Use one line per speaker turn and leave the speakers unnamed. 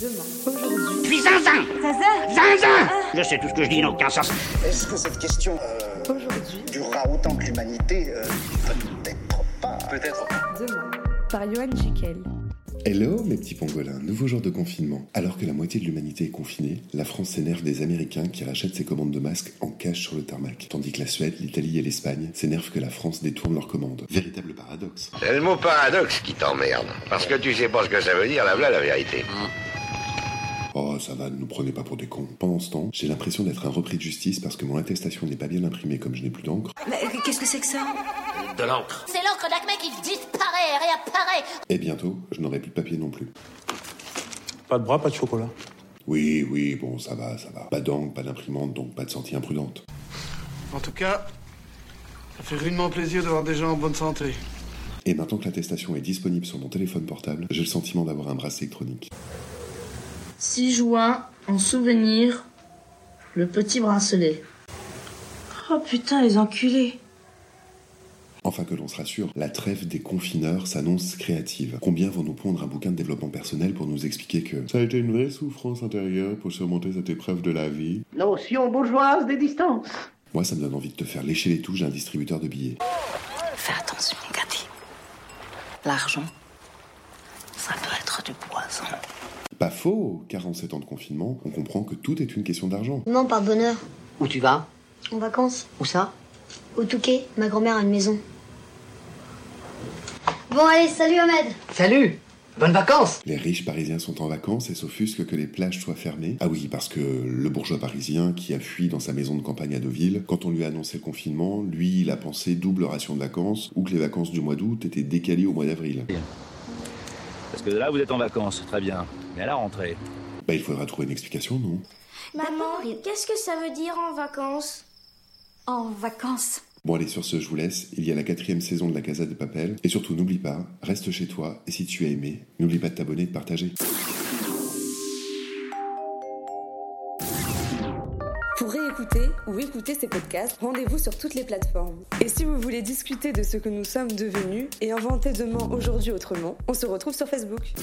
demain, aujourd'hui.
Puis zinzin
Zinzin
Zinzin Je sais tout ce que je dis, n'a aucun sens.
Est-ce que cette question euh,
Aujourd'hui,
durera autant que l'humanité euh, Peut-être pas. Peut-être pas.
demain. Par Johan Jekyll.
Hello mes petits pangolins, nouveau jour de confinement. Alors que la moitié de l'humanité est confinée, la France s'énerve des Américains qui rachètent ses commandes de masques en cash sur le tarmac, tandis que la Suède, l'Italie et l'Espagne s'énervent que la France détourne leurs commandes. Véritable paradoxe.
C'est le mot paradoxe qui t'emmerde. Parce que tu sais pas ce que ça veut dire, la voilà la vérité.
Oh ça va, ne nous prenez pas pour des cons. Pendant ce temps, j'ai l'impression d'être un repris de justice parce que mon attestation n'est pas bien imprimée comme je n'ai plus d'encre,
Mais euh, qu'est-ce que c'est que ça
De l'encre.
C'est l'encre d'Acme qui disparaît et réapparaît.
et bientôt, je n'aurai plus de papier non plus.
Pas de bras, pas de chocolat.
Oui, oui, bon, ça va, ça va. Pas d'encre, pas d'imprimante, donc pas de sortie imprudente.
En tout cas, ça fait rudement plaisir de voir des gens en bonne santé.
Et maintenant que l'attestation est disponible sur mon téléphone portable, j'ai le sentiment d'avoir un bracelet électronique.
6 juin, en souvenir, le petit bracelet.
Oh putain, les enculés.
Enfin que l'on se rassure, la trêve des confineurs s'annonce créative. Combien vont nous pondre un bouquin de développement personnel pour nous expliquer que ça a été une vraie souffrance intérieure pour surmonter cette épreuve de la vie
Notion bourgeoise des distances.
Moi, ça me donne envie de te faire lécher les touches d'un distributeur de billets.
Fais attention, Cathy. L'argent, ça peut être du poison.
Pas faux, car en ces temps de confinement, on comprend que tout est une question d'argent.
Non, par bonheur.
Où tu vas
En vacances.
Où ça
Au Touquet, ma grand-mère a une maison. Bon, allez, salut Ahmed.
Salut Bonnes vacances
Les riches parisiens sont en vacances et s'offusquent que les plages soient fermées. Ah oui, parce que le bourgeois parisien qui a fui dans sa maison de campagne à Deauville, quand on lui a annoncé le confinement, lui, il a pensé double ration de vacances ou que les vacances du mois d'août étaient décalées au mois d'avril.
Parce que là, vous êtes en vacances, très bien. Mais à la rentrée.
Bah, il faudra trouver une explication, non
Maman, qu'est-ce que ça veut dire en vacances
En vacances.
Bon, allez, sur ce, je vous laisse. Il y a la quatrième saison de la Casa de Papel. Et surtout, n'oublie pas, reste chez toi et si tu as aimé, n'oublie pas de t'abonner et de partager.
Pour réécouter ou écouter ces podcasts, rendez-vous sur toutes les plateformes. Et si vous voulez discuter de ce que nous sommes devenus et inventer demain aujourd'hui autrement, on se retrouve sur Facebook.